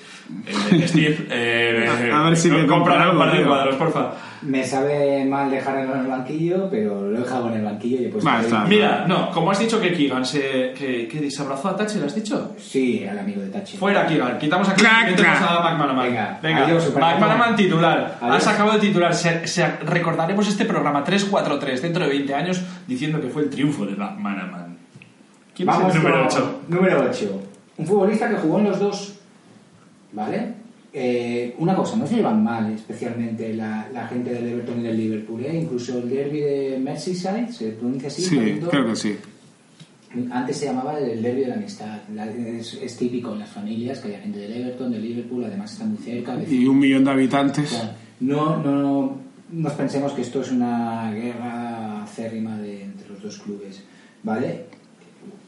S2: Eh, Steve, eh,
S4: A- a ver si
S2: no,
S4: me
S2: compra
S4: compra
S2: un par de
S4: algo,
S2: cuadros, porfa.
S3: Me sabe mal dejarlo en el banquillo, pero lo he dejado en el banquillo y he puesto.
S4: Va, está.
S3: ahí.
S2: Mira, no, como has dicho que Keegan se que, que se abrazó a Tachi, ¿lo has dicho?
S3: Sí, era el amigo de Tachi.
S2: Fuera Keegan, quitamos a Keegan
S4: Clac,
S2: y metemos
S4: clac.
S2: a McManaman.
S3: Venga, adiós, Superman.
S2: McManaman titular.
S3: Adiós.
S2: Ha sacado de titular. Se- se- recordaremos este programa 343 dentro de 20 años diciendo que fue el triunfo de McManaman. ¿Quién
S3: Vamos
S2: es el número
S3: con-
S2: 8?
S3: Número 8. Un futbolista que jugó en los dos. ¿Vale? Eh, una cosa, no se llevan mal especialmente la, la gente del Everton y del Liverpool, ¿eh? Incluso el derby de Merseyside, ¿se pronuncia así?
S4: sí,
S3: Correcto.
S4: creo que sí.
S3: Antes se llamaba el derby de la amistad. La- es, es típico en las familias que haya gente del Everton, del Liverpool, además está muy cerca.
S4: Y un millón de habitantes.
S3: Claro. No, no nos pensemos que esto es una guerra acérrima de, entre los dos clubes, ¿vale?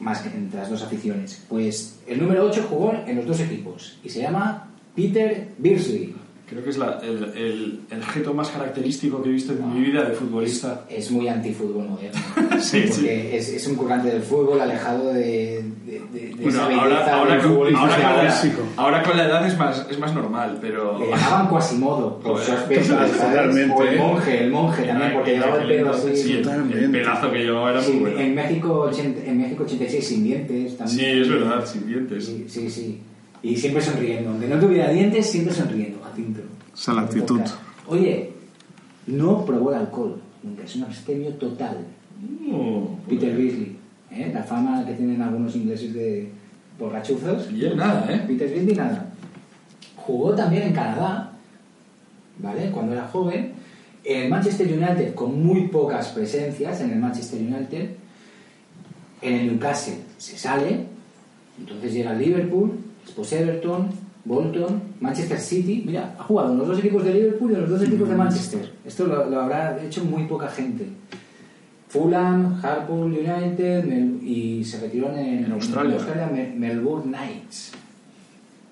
S3: Más que entre las dos aficiones. Pues el número 8 jugó en los dos equipos y se llama Peter Beardsley.
S2: Creo que es la- el, el, el gesto más característico que he visto en mi vida de futbolista.
S3: Es muy antifútbol moderno.
S2: Sí,
S3: porque
S2: sí.
S3: Es, es un currante del fútbol alejado de, de, de- de
S2: Bueno,
S3: esa
S2: ahora,
S3: belleza
S2: ahora,
S3: del
S2: con,
S3: futbolista
S2: ahora,
S3: de
S2: con
S3: ahora.
S2: la, ahora con la edad es más, es más normal, pero...
S3: Le llamaban Quasimodo, por su
S2: Joder,
S3: aspecto, ¿sabes?
S4: totalmente,
S3: O el
S4: ¿eh?
S3: monje, el monje también, porque llevaba el pelo así.
S2: Sí, el, el pelazo que llevaba era
S3: Sí,
S2: muy bueno.
S3: en, México, 80 en México 86 sin dientes también.
S2: Sí, es verdad, sin dientes.
S3: Sí, sí, sí. Y siempre sonriendo. Aunque no tuviera dientes, siempre sonriendo, Jacinto.
S4: Esa es la actitud.
S3: Oye, no probó el alcohol. Nunca. Es un abstemio total.
S2: Mm,
S3: Peter Beasley. ¿eh? La fama que tienen algunos ingleses de borrachuzos.
S2: Y él nada, ¿eh?
S3: Peter Beasley nada. Jugó también en Canadá, ¿vale? Cuando era joven. En el Manchester United con muy pocas presencias, en el Manchester United. En el Newcastle se sale, entonces llega al Liverpool, después Everton, Bolton, Manchester City. Mira, ha jugado en los dos equipos de Liverpool y en los dos equipos de
S2: Mm.
S3: Manchester. Esto lo, lo habrá hecho muy poca gente. Fulham, Harpool United Mel- y se retiró en,
S2: En Australia.
S3: Mel- Melbourne Knights.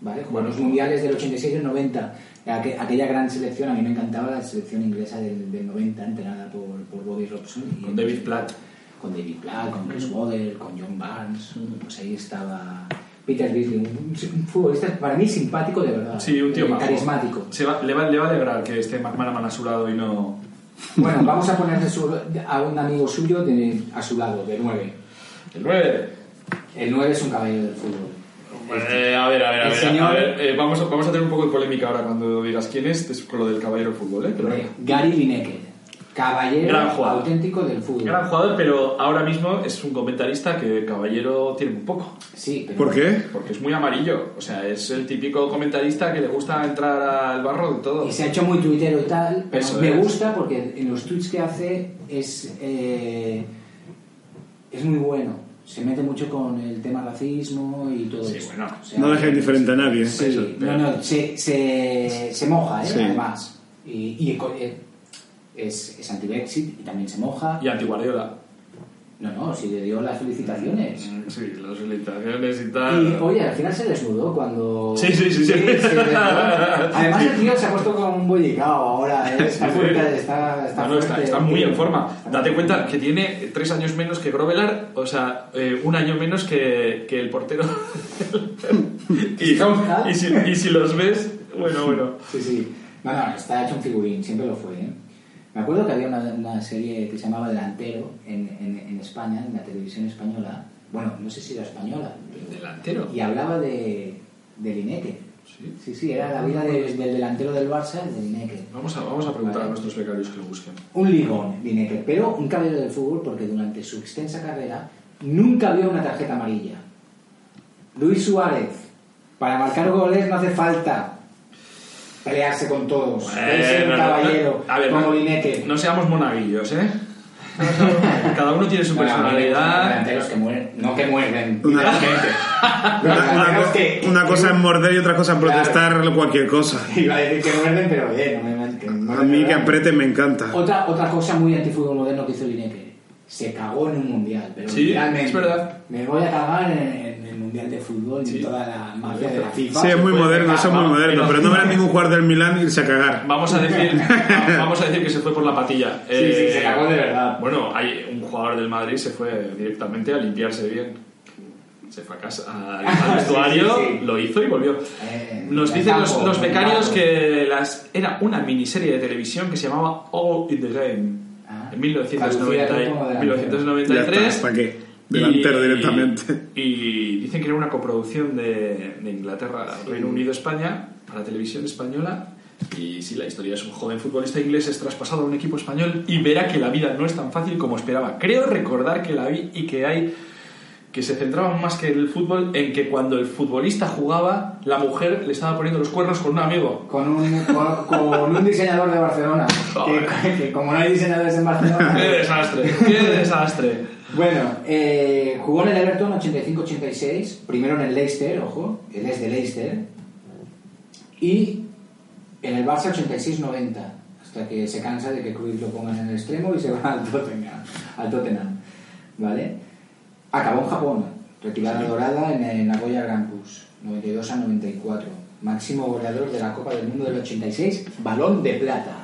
S3: ¿Vale? Jugó
S2: Bueno.
S3: los mundiales
S2: este.
S3: del 86 y el 90. Aqu- aquella gran selección, a mí me encantaba la selección inglesa del, del 90, entrenada por, por Bobby Robson. y-
S2: Con David Platt. Mm.
S3: con David Platt, con Chris Waddell, con John Barnes, pues ahí estaba Peter Beasley, un, un futbolista para mí simpático de verdad,
S2: Sí, un tío
S3: eh,
S2: majo.
S3: carismático.
S2: Se va- le, va, le va a alegrar que esté McManaman a su lado y no...
S3: Bueno, vamos a ponerle su- a un amigo suyo de- a su lado, de 9.
S2: El 9.
S3: El 9 es un caballero del fútbol.
S2: Hombre, a ver, a ver, a
S3: El
S2: ver.
S3: señor-
S2: a ver, eh, vamos, a, vamos a tener un poco de polémica ahora cuando digas quién es es con lo del caballero del fútbol, ¿eh? Pero-
S3: Gary Lineker, caballero
S2: Gran jugador.
S3: auténtico del fútbol.
S2: Gran jugador, pero ahora mismo es un comentarista que caballero tiene muy poco.
S3: Sí, pero-
S4: ¿Por qué?
S2: Porque es muy amarillo. O sea, es el típico comentarista que le gusta entrar al barro de todo.
S3: Y se ha hecho muy tuitero y tal, pero
S2: Eso
S3: me
S2: es.
S3: gusta porque en los tweets que hace es, eh, es muy bueno. Se mete mucho con el tema racismo y todo
S2: Sí,
S3: eso.
S2: bueno.
S3: O sea,
S4: No deja indiferente a nadie. ¿eh?
S3: Sí,
S2: Eso,
S3: no,
S2: pero-
S3: no, se, se, se moja, ¿eh?
S4: Sí.
S3: además. Y, y co- eh, es, es anti-Brexit y también se moja.
S2: Y antiguardiola.
S3: No, no, sí le dio las felicitaciones.
S2: Mm, Sí, las felicitaciones y
S3: Y
S2: tal.
S3: oye, al final se desnudó cuando.
S2: Ah. Sí, sí, sí, sí.
S3: se desnudó. Además, el tío se ha puesto con un bollicao ahora. ¿eh? Está
S2: Sí, sí.
S3: fuerte, está, está,
S2: No, no, está,
S3: fuerte,
S2: está muy
S3: tío.
S2: en forma.
S3: Está
S2: Date
S3: muy-
S2: cuenta que tiene tres años menos que Grovelar, o sea, eh, un año menos que, que el portero. y, y si, y si los ves, bueno, bueno.
S3: Sí, sí. No, no, está hecho un figurín, siempre lo fue. ¿eh? Me acuerdo que había una, una serie que se llamaba Delantero en, en, en España, en la televisión española. Bueno, no sé si era española. pero-
S2: Delantero.
S3: Y hablaba de, de Lineker.
S2: Sí.
S3: Sí, sí, era la vida de- del delantero del Barça, de Lineker.
S2: Vamos a, vamos a preguntar a
S3: Vale.
S2: nuestros becarios que lo busquen.
S3: Un ligón, Lineker, pero un caballero del fútbol porque durante su extensa carrera nunca vio una tarjeta amarilla. Luis Suárez, para marcar goles no hace falta pelearse con todos. Pues, es
S2: Eh,
S3: un
S2: no, no,
S3: caballero
S2: no, a ver,
S3: como
S2: no-
S3: Lineker.
S2: No seamos monaguillos, ¿eh? Cada uno tiene su
S3: Bueno,
S2: personalidad.
S3: Delanteros que mueren, no que muerden.
S4: Una-
S3: literalmente.
S4: Una,
S3: Los
S4: una
S3: delanteros
S4: co-
S3: que-
S4: una cosa es morder y otra cosa es
S3: Claro.
S4: protestar cualquier cosa.
S3: Iba a decir que muerden, pero bien. no me- que no
S4: A
S3: me-
S4: mí que apriete me encanta.
S3: Otra, otra cosa muy antifútbol moderno que hizo Lineker. Se cagó en un mundial, pero
S2: Sí,
S3: literalmente,
S2: es verdad.
S3: Me voy a cagar en, en el mundial de fútbol y
S2: Sí.
S3: en toda la mafia de la FIFA.
S4: Sí, es muy
S3: Pues,
S4: moderno, eso es muy
S3: vamos,
S4: moderno. Pero no verá ningún jugador del Milán irse a cagar.
S2: Vamos a decir, vamos a decir que se fue por la patilla. Eh,
S3: Sí, sí, se cagó de verdad.
S2: Bueno, hay un jugador del Madrid se fue directamente a limpiarse bien. Se fue a casa, al, al
S3: Sí,
S2: vestuario,
S3: sí, sí.
S2: lo hizo y volvió.
S3: Eh,
S2: Nos
S3: en el
S2: dicen los,
S3: campo,
S2: los
S3: en el
S2: becarios
S3: campo.
S2: que las, era una miniserie de televisión que se llamaba All in the Game.
S3: Ah.
S2: en
S3: Traducida como
S2: 1990,
S3: delantero.
S4: Ya
S2: 1993.
S4: está, ¿para qué? Delantero
S2: Y-
S4: directamente.
S2: Y dicen que era una coproducción de, de Inglaterra, Reino Unido, España, para televisión española. Y si la historia es un joven futbolista inglés es traspasado a un equipo español y verá que la vida no es tan fácil como esperaba. Creo recordar que la vi y que hay que se centraban más que el fútbol en que cuando el futbolista jugaba, la mujer le estaba poniendo los cuernos con un amigo.
S3: Con un, con, con un diseñador de Barcelona. que, que como no hay diseñadores en
S2: ¡Qué
S3: Barcelona.
S2: desastre! ¡Qué desastre!
S3: Bueno, eh, jugó en el Everton 85-86, primero en el Leicester, ojo, él es de Leicester, y en el Barça 86-90, hasta que se cansa de que Cruyff lo pongan en el extremo y se va al Tottenham. Al Tottenham ¿vale? Acabó en Japón, retirada dorada en el Nagoya Grampus, 92 a 94. máximo goleador de la Copa del Mundo del 86, balón de plata.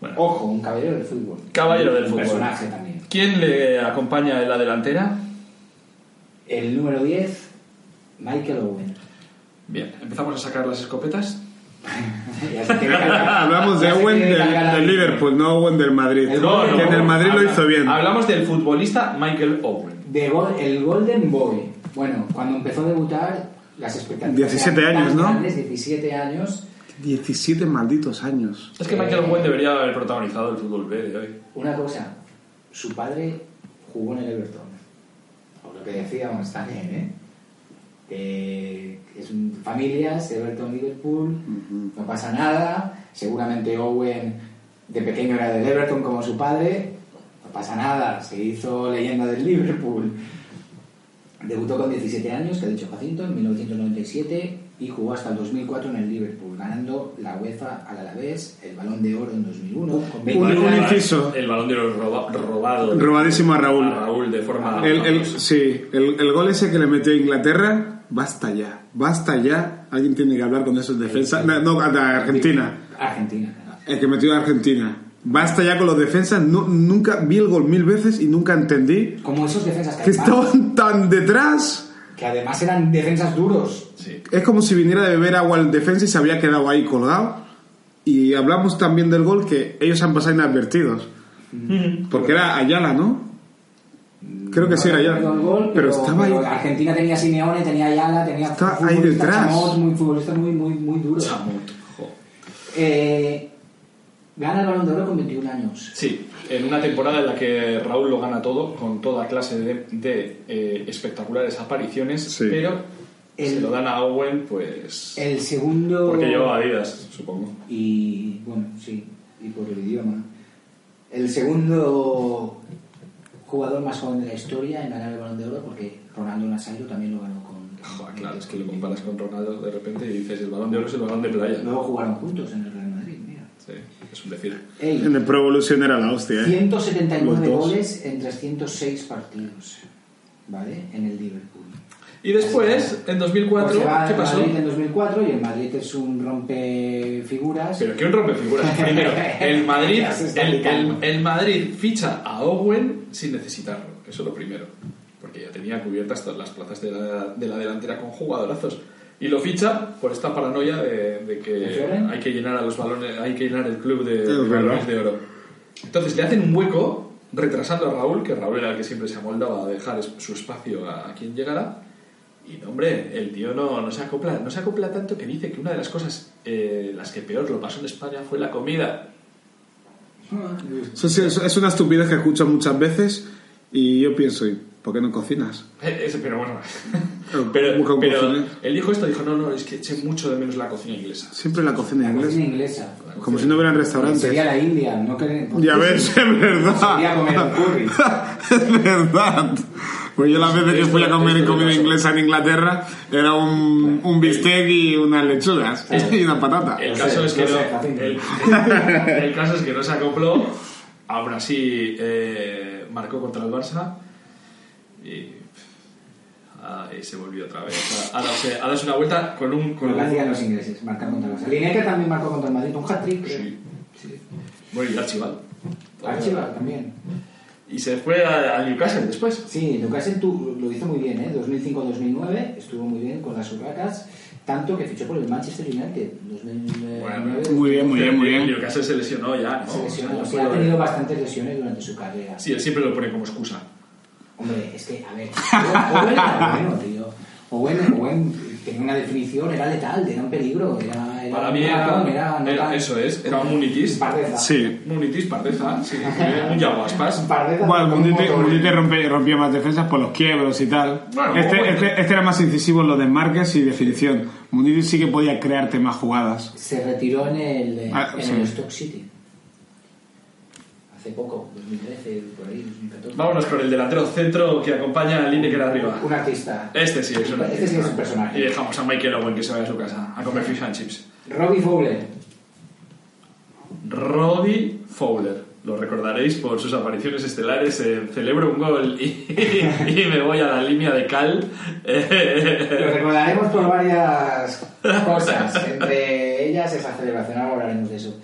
S2: Bueno.
S3: Ojo, un caballero del fútbol.
S2: Caballero del
S3: Un
S2: fútbol.
S3: personaje también.
S2: ¿Quién le acompaña en la delantera?
S3: El número 10, Michael Owen.
S2: Bien, empezamos a sacar las escopetas.
S3: Ya se tiene que hablar.
S4: Hablamos de
S3: Ya se
S4: Owen
S3: tiene que
S4: del,
S3: hablar.
S4: del Liverpool, no Owen del Madrid.
S3: No, no,
S4: que en el Madrid lo
S2: habla-
S4: hizo bien.
S2: Hablamos del futbolista Michael Owen.
S3: De gol- el Golden Boy. Bueno, cuando empezó a debutar, las expectativas.
S4: 17
S3: eran tan
S4: años, ¿no?
S3: grandes, 17 años.
S4: 17 malditos años.
S2: Es que Michael Owen debería haber protagonizado el fútbol B de hoy.
S3: Una cosa, su padre jugó en el Everton. Por lo que decíamos también, ¿eh? Que es un- familias, Everton, Liverpool, no pasa nada. Seguramente Owen de pequeño era del Everton como su padre, no pasa nada. Se hizo leyenda del Liverpool. Debutó con 17 años, que ha dicho Jacinto, en 1997 y jugó hasta el 2004 en el Liverpool, ganando la UEFA al Alavés, el Balón de Oro en 2001. con 20
S4: Un- un
S3: años.
S4: inciso.
S2: El balón de oro roba- robado.
S4: Robadísimo a Raúl. Ah.
S2: A Raúl de forma.
S4: El, el-
S2: famosa.
S4: sí, el, el gol ese que le metió a Inglaterra, basta ya, basta ya. Alguien tiene que hablar con esos defensas. No, no, a la Argentina.
S3: Argentina.
S4: El que metió a Argentina. Basta ya con los defensas. No, nunca vi el gol mil veces y nunca entendí
S3: Como esos defensas que,
S4: que
S3: además,
S4: estaban tan detrás.
S3: que además eran defensas duros.
S2: Sí.
S4: Es como si viniera de beber agua al defensa y se había quedado ahí colgado. Y hablamos también del gol que ellos han pasado inadvertidos. Porque era Ayala, ¿no? Creo que sí era Ayala.
S3: Pero el gol,
S4: pero, estaba ahí.
S3: pero Argentina tenía Simeone, tenía Ayala, tenía
S4: Está ahí
S3: futbolistas
S4: detrás.
S3: Chamot, muy futbolistas muy, muy, muy duros.
S2: Jo.
S3: Eh, gana el Balón de Oro con 21 años.
S2: Sí, en una temporada en la que Raúl lo gana todo, con toda clase de, de, eh, espectaculares apariciones,
S4: Sí.
S2: pero se
S3: El-
S2: lo dan a Owen, pues.
S3: El segundo...
S2: Porque llevaba Adidas, supongo.
S3: y bueno, sí, y por el idioma. El segundo jugador más joven de la historia en ganar el Balón de Oro, porque Ronaldo Nazario también lo ganó con...
S2: Jo, Ah, claro, es que lo comparas con Ronaldo de repente y dices: el balón de oro es el balón de playa.
S3: Luego jugaron juntos en el Real Madrid, mira.
S2: Sí, es un decir.
S3: Ey,
S4: En el Pro Evolution era la hostia, ¿eh?
S3: 179
S4: Los dos.
S3: goles en 306 partidos, ¿vale? En el Liverpool.
S2: Y después, en 2004,
S3: Porque va
S2: ¿qué
S3: al
S2: pasó?
S3: Madrid en 2004 y el Madrid es un rompefiguras.
S2: Pero que un rompefiguras. Primero, el Madrid,
S3: Ya se está
S2: el, el,
S3: picando.
S2: el Madrid ficha a Owen sin necesitarlo. Eso es lo primero. Porque ya tenía cubiertas todas las plazas de la, de la delantera con jugadorazos. Y lo ficha por esta paranoia de, de
S3: ¿De
S2: que
S3: Fioren?
S2: hay que llenar a los balones, hay que llenar el club de,
S4: Sí,
S2: de
S4: verdad.
S2: balones de oro. Entonces le hacen un hueco retrasando a Raúl, que Raúl era el que siempre se amoldaba a dejar es- su espacio a quien llegara. Y no, hombre, el tío no, no, se acopla, no se acopla tanto que dice que una de las cosas eh, las que peor lo pasó en España fue la comida.
S4: Eso sí, eso es una estupidez que escucho muchas veces y yo pienso, ¿y ¿por qué no cocinas?
S2: Eh, ese- pero bueno.
S4: Pero, busca
S2: pero,
S4: un
S2: pero
S4: cocinero.
S2: él dijo esto, dijo, no, no, es que eché mucho de menos la cocina inglesa.
S4: Siempre la cocina
S3: La
S4: inglesa.
S3: cocina inglesa.
S4: Como si no hubieran restaurantes.
S3: Sería la India, no creen.
S4: Ya ves, es
S3: Sería comer un
S4: verdad.
S3: curry.
S4: es verdad. Pues yo las veces que fui a comer comida inglesa en Inglaterra era un, un bistec y unas lechugas y una patata.
S2: El
S3: No
S2: caso
S3: sé,
S2: es que
S3: no sé,
S2: no,
S3: Jacinto.
S2: el, el caso es que no se acopló, aún así eh, marcó contra el Barça y, pff, ah, y se volvió otra vez. a- A, darse, a darse una vuelta con un... Con
S3: Lo que
S2: un-
S3: hacían los ingleses, marcar contra los. Lineker también marcó contra el Madrid, un hat-trick.
S2: sí. Bueno, y Archival.
S3: Archiva también.
S2: Y se fue a- al Newcastle después.
S3: Sí, Newcastle tú, lo hizo muy bien, ¿eh? 2005-2009 estuvo muy bien con las urracas, tanto que fichó por el Manchester United. 2009,
S2: Bueno,
S4: Muy bien, muy bien, muy
S2: El
S4: bien.
S2: Newcastle se lesionó ya, ¿no?
S3: se lesionó,
S2: O
S3: o
S2: sea,
S3: sea, ha
S2: fue-
S3: tenido bastantes lesiones durante su carrera.
S2: Sí, él siempre lo pone como excusa.
S3: Hombre, es que, a ver, Owen era bueno, tío. Owen, Owen tenía una definición, era letal, era un peligro, era... era
S2: Para
S3: un
S2: mí era,
S3: ratón, no
S2: era-
S3: tan-
S2: eso es, era un munitis.
S3: Pardeza.
S4: Sí.
S2: Munitis, pardeza, sí, un yaguaspas.
S3: Pardeza
S4: Bueno,
S3: con un
S4: Mundite,
S3: motor.
S4: Mundite rompe- rompía más defensas por los quiebros y tal.
S2: Bueno,
S4: este,
S2: bueno.
S4: este- este era más incisivo en los desmarques y definición. Mundite sí que podía crearte más jugadas.
S3: Se retiró en el, eh,
S4: Ah,
S3: en
S4: sí.
S3: el Stock City. Hace poco, 2013, por ahí, 2014.
S2: Vámonos con el delantero centro que acompaña a Lineker arriba.
S3: Un artista.
S2: Este sí, es un
S3: Este sí es un personaje.
S2: Y dejamos a Michael Owen que se vaya a su casa a comer fish and chips.
S3: Robbie Fowler.
S2: Roddy Fowler. Lo recordaréis por sus apariciones estelares en Celebro un gol y, y me voy a la línea de cal. Eh,
S3: Lo recordaremos por varias cosas. Entre ellas esa celebración, ahora hablaremos de eso.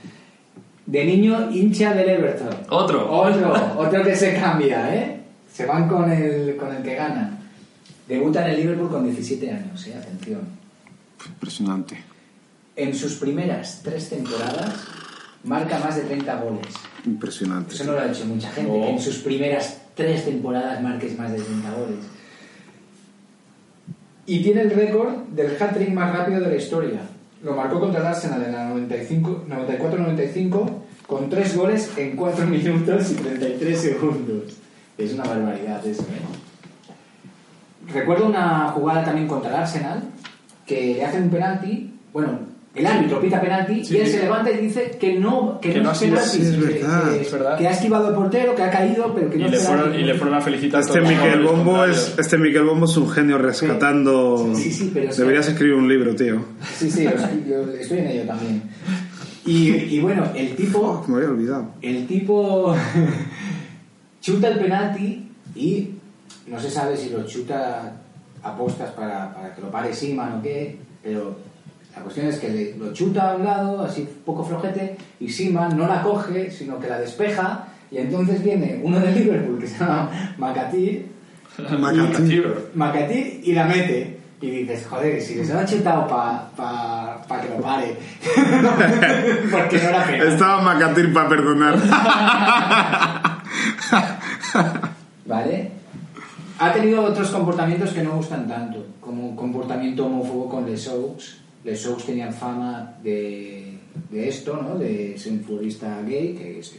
S3: De niño, hincha del Everton.
S2: Otro.
S3: Otro, otro que se cambia, ¿eh? Se van con el, con el que gana. Debuta en el Liverpool con 17 años, ¿eh? Atención.
S4: Impresionante.
S3: En sus primeras tres temporadas, marca más de 30 goles.
S4: Impresionante.
S3: Eso no lo ha hecho mucha gente,
S2: No.
S3: que en sus primeras tres temporadas marques más de 30 goles. Y tiene el récord del hat-trick más rápido de la historia. Lo marcó contra el Arsenal en la 95 94-95 con 3 goles en 4 minutos y 33 segundos. Es una barbaridad eso, ¿eh? Recuerdo una jugada también contra el Arsenal que le hacen un penalti. Bueno, el árbitro pita penalti
S2: Sí,
S3: y él
S2: sí.
S3: se levanta y dice que no, que
S2: Que
S3: no
S2: no
S3: es
S2: ha sido
S3: penalti,
S4: así, es
S3: sí, sí,
S4: verdad.
S3: que-
S2: Es verdad.
S3: que ha esquivado el portero, que ha caído, pero que
S2: Y
S3: no
S2: le,
S3: se da
S2: fueron,
S3: ningún-
S2: y le fueron a felicitar
S4: Este
S2: todos los
S4: Miquel
S2: jugadores
S4: Bombo
S2: contrarios.
S4: es este Miquel Bombo es un genio rescatando.
S3: Sí, sí, sí, pero es-
S4: Deberías escribir un libro, tío.
S3: Sí, sí, yo- yo estoy en ello también. Y, y bueno, el tipo,
S4: Me había olvidado.
S3: el tipo chuta el penalti y no se sabe si lo chuta a postas para, para que lo pare Siman o qué, pero la cuestión es que le- lo chuta a un lado, así un poco flojete, y Siman no la coge, sino que la despeja, y entonces viene uno de Liverpool que se llama Macatí,
S4: Macatí.
S3: Macatí y la mete. Y dices, joder, si les han chutado para pa, pa que lo pare. Porque no era penal.
S4: Estaba Macatir para perdonar.
S3: ¿Vale? Ha tenido otros comportamientos que no gustan tanto, como un comportamiento homófobo con Les Oaks. Les Oaks tenían fama de, de esto, ¿no? De ser un futbolista gay, que es-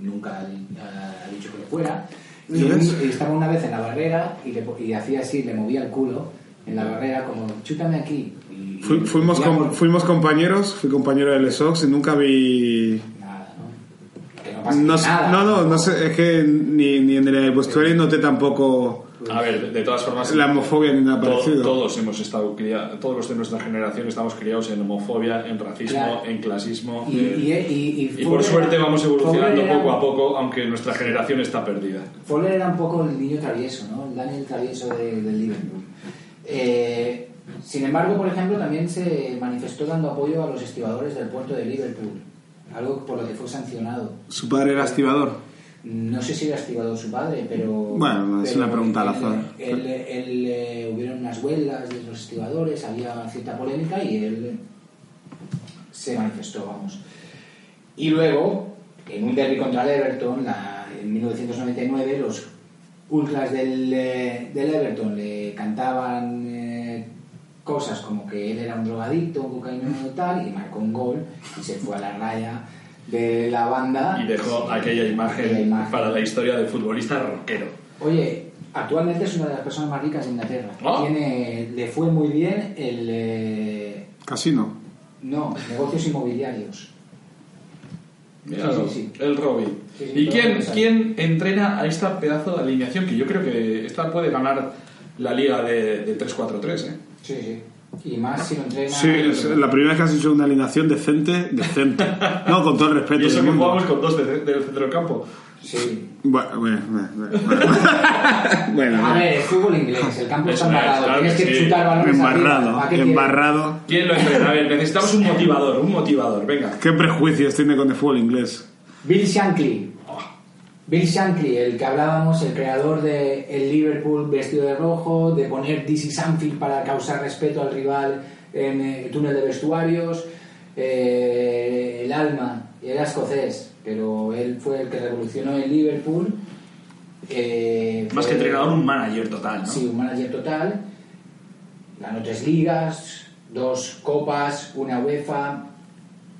S3: nunca ha, ha dicho que lo fuera. Y,
S4: ¿Ya ves?
S3: y estaba una vez en la barrera y, le po- y hacía así, le movía el culo en la barrera como, chútame aquí. Y-
S4: Fu-
S3: y-
S4: fuimos,
S3: y
S4: com-
S3: hago-
S4: fuimos compañeros, fui compañero de Les Ox y nunca vi.
S3: Nada, ¿no? Que no pasa
S4: No, sé-
S3: nada.
S4: no, no, no sé, es que ni, ni en el vestuario noté tampoco
S2: A ver, de todas formas.
S4: la homofobia ni nada
S2: to-
S4: parecido.
S2: todos hemos estado criados, todos los de nuestra generación estamos criados en homofobia, en racismo,
S3: Claro.
S2: en clasismo.
S3: Y,
S2: eh,
S3: y, y- y
S2: y por
S3: Fowler
S2: suerte
S3: era-
S2: vamos evolucionando
S3: Fowler era-
S2: poco a poco, aunque nuestra generación está perdida.
S3: Fowler era un poco el niño travieso, ¿no? El Daniel travieso de- del Liverpool. Eh, sin embargo, por ejemplo, también se manifestó dando apoyo a los estibadores del puerto de Liverpool, algo por lo que fue sancionado.
S4: Su padre era estibador.
S3: No sé si era estibador su padre, pero...
S4: Bueno, es
S3: pero
S4: una pregunta al
S3: él-
S4: azar.
S3: Él, él, eh, hubieron unas huelgas de los estibadores, había cierta polémica y él se manifestó, vamos. Y luego, en un derby contra el Everton, la- en 1999, los ultras del, eh, del Everton le cantaban eh, cosas como que él era un drogadicto, un cocainómano y tal, y marcó un gol y se fue a la raya de la banda.
S2: Y dejó aquella
S3: Aquella
S2: imagen
S3: imagen.
S2: para la historia del futbolista rockero.
S3: Oye, actualmente es una de las personas más ricas de Inglaterra.
S2: Ah.
S3: Tiene, le fue muy bien el... eh,
S4: Casino.
S3: no, negocios inmobiliarios.
S2: Mira,
S3: Sí, sí, sí.
S2: el Robin.
S3: Sí, sí,
S2: ¿Y
S3: todo
S2: quién,
S3: eso.
S2: quién entrena a esta pedazo de alineación? Que yo creo que esta puede ganar la liga de, de 3-4-3, ¿eh?
S3: Sí, sí. Y más si lo entrena...
S4: Sí, es la primera vez que has hecho una alineación decente, decente. No, con todo el respeto.
S2: Y eso
S4: del
S2: que
S4: mundo.
S2: jugamos con dos de- del centro del campo.
S3: Sí.
S4: Bueno, bueno, bueno, bueno. Bueno,
S3: A
S4: bueno.
S3: ver, es fútbol inglés, el campo
S2: Eso
S3: está
S2: es,
S3: embarrado,
S2: claro
S3: tienes
S2: que
S3: que
S2: sí.
S3: chutar balones arriba, ¿para
S4: embarrado,
S3: qué quieres?
S4: embarrado.
S2: ¿Quién lo entrena? A ver, necesitamos un motivador, un motivador, venga.
S4: ¿Qué prejuicios tiene con el fútbol inglés?
S3: Bill Shankly. Bill Shankly, el que hablábamos, el creador de el Liverpool vestido de rojo, de poner DC Sanfield para causar respeto al rival en eh, el túnel de vestuarios, eh, el alma, era escocés, pero él fue el que revolucionó el Liverpool. eh,
S2: Más que
S3: fue-
S2: entrenador, un manager total, ¿no?
S3: Sí, un manager total. Ganó tres ligas, dos copas, una UEFA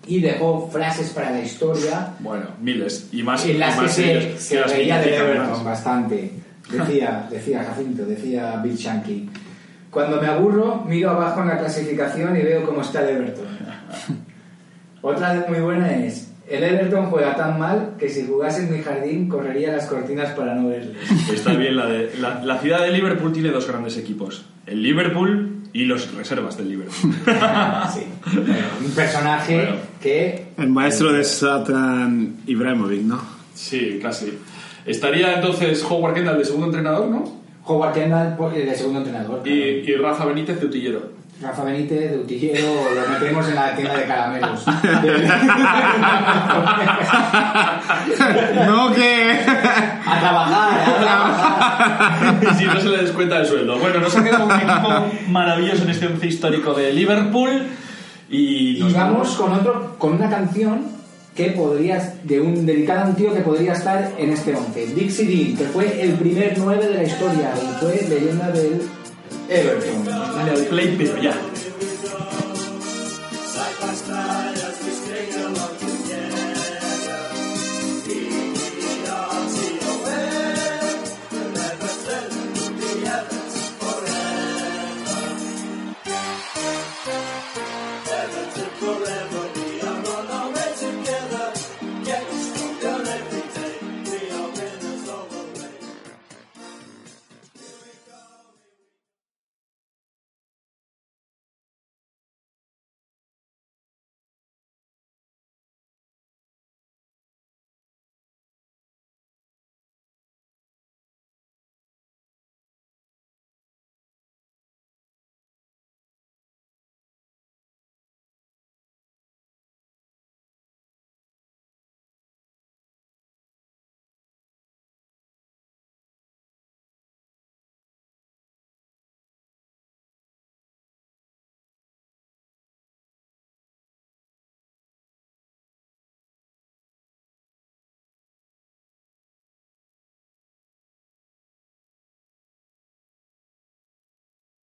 S3: y dejó frases para la historia
S2: Bueno, miles. Y más,
S3: en
S2: y
S3: las que
S2: más ellos,
S3: se,
S2: que
S3: se
S2: las que
S3: reía del
S2: indican
S3: Everton
S2: más.
S3: bastante. Decía, decía Jacinto, decía Bill Shankly. Cuando me aburro, miro abajo en la clasificación y veo cómo está el Everton. Otra muy buena es, el Everton juega tan mal que si jugase en mi jardín correría las cortinas para no verle.
S2: Está bien, la, de, la, la ciudad de Liverpool tiene dos grandes equipos: el Liverpool y los reservas del Liverpool.
S3: Sí. Bueno, un personaje
S2: Bueno.
S3: que
S4: El maestro de Satan Ibrahimovic, ¿no?
S2: Sí, casi. Estaría entonces Howard Kendall de segundo entrenador, ¿no?
S3: Howard Kendall po- eh, de segundo entrenador.
S2: Y,
S3: claro.
S2: y Rafa Benítez de utillero.
S3: Rafa Benítez de Utillero lo metemos en la tienda de caramelos.
S4: no que...
S3: A trabajar, a trabajar.
S2: Y si no se le descuenta el sueldo. Bueno, nos ha quedado un equipo maravilloso en este once histórico de Liverpool. Y,
S3: Y
S2: nos
S3: vamos con otro, con una canción que podrías, de un, dedicada a un tío que podría estar en este once. Dixie Dean, que fue el primer 9 de la historia y fue leyenda del Everton.
S2: Dale al play, pero ya.